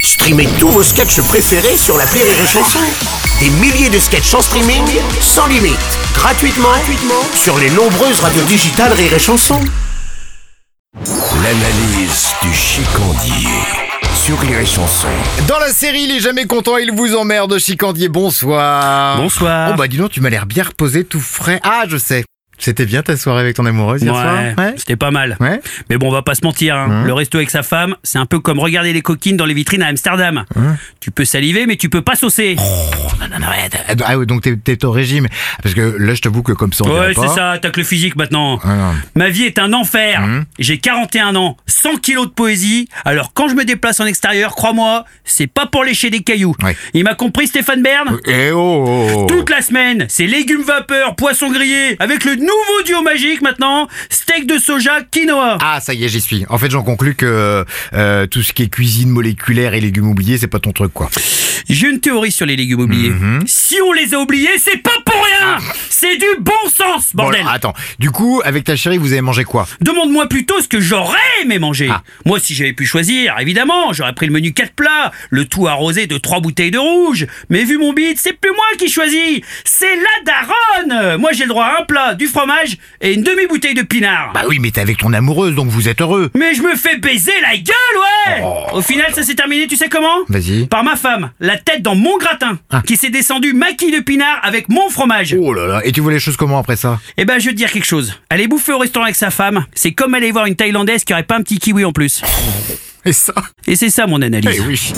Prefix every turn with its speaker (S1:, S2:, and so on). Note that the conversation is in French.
S1: Streamez tous vos sketchs préférés sur la Rire et Chanson. Des milliers de sketchs en streaming, sans limite, gratuitement, gratuitement sur les nombreuses radios digitales Rire et Chanson. L'analyse du chicandier sur Rire et Chanson.
S2: Dans la série Les Jamais Contents, il vous emmerde, Chicandier, bonsoir.
S3: Bonsoir.
S2: Oh bah dis donc, tu m'as l'air bien reposé, tout frais. Ah, je sais. C'était bien ta soirée avec ton amoureuse hier
S3: ouais,
S2: soir hein Ouais.
S3: c'était pas mal.
S2: Ouais.
S3: Mais bon, on va pas se mentir. hein. Le resto avec sa femme, c'est un peu comme regarder les coquines dans les vitrines à Amsterdam. Tu peux saliver, mais tu peux pas saucer.
S2: Oh, Non, non,
S3: Eh,
S2: ouais, t'as- Ah ouais, donc t'es- t'es au régime. Parce que là, je t'avoue que comme ça, on dirait
S3: ouais,
S2: pas. Ah,
S3: c'est ça, attaque le physique maintenant.
S2: non. Hum.
S3: Ma vie est un enfer. J'ai 41 ans, 100 kilos de poésie. Alors quand je me déplace en extérieur, crois-moi, c'est pas pour lécher des cailloux.
S2: Ouais.
S3: Il m'a compris Stéphane Bern
S2: Eh oh, oh, oh.
S3: Toute la semaine, c'est légumes vapeur, poissons grillés, avec le nouveau duo magique maintenant, steak de soja, quinoa.
S2: Ah, ça y est, j'y suis. En fait, j'en conclus que euh, tout ce qui est cuisine moléculaire et légumes oubliés, c'est pas ton truc, quoi.
S3: J'ai une théorie sur les légumes oubliés.
S2: Mhm.
S3: Si on les a oubliés, c'est pas pour rien C'est du bon sens,
S2: Ah. Bon,
S3: bordel
S2: alors, ah. attends. Du coup, avec ta chérie, vous avez mangé quoi
S3: Demande-moi plutôt ce que j'aurais aimé manger.
S2: Ah.
S3: Moi, si j'avais pu choisir, évidemment, j'aurais pris le menu 4 plats, le tout arrosé de 3 bouteilles de rouge. Mais vu mon bide, c'est plus moi qui choisis C'est la daronne Moi, j'ai le droit à un plat, du fromage et une demi-bouteille de pinard.
S2: Bah oui, mais t'es avec ton amoureuse, donc vous êtes heureux.
S3: Mais je me fais baiser la gueule, ouais Au final, ça s'est terminé, tu sais comment
S2: Oh. Vas-y. Ah.
S3: Par ma femme, la tête dans mon gratin, qui s'est descendue maquille de pinard avec mon fromage.
S2: Oh là là. Et tu vois les choses comment après ça
S3: Eh ben, je veux te dire quelque chose. Aller bouffer au restaurant avec sa femme, c'est comme aller voir une Thaïlandaise qui aurait pas un petit kiwi en plus.
S2: Et ça
S3: Et c'est ça mon analyse.
S2: Eh oui.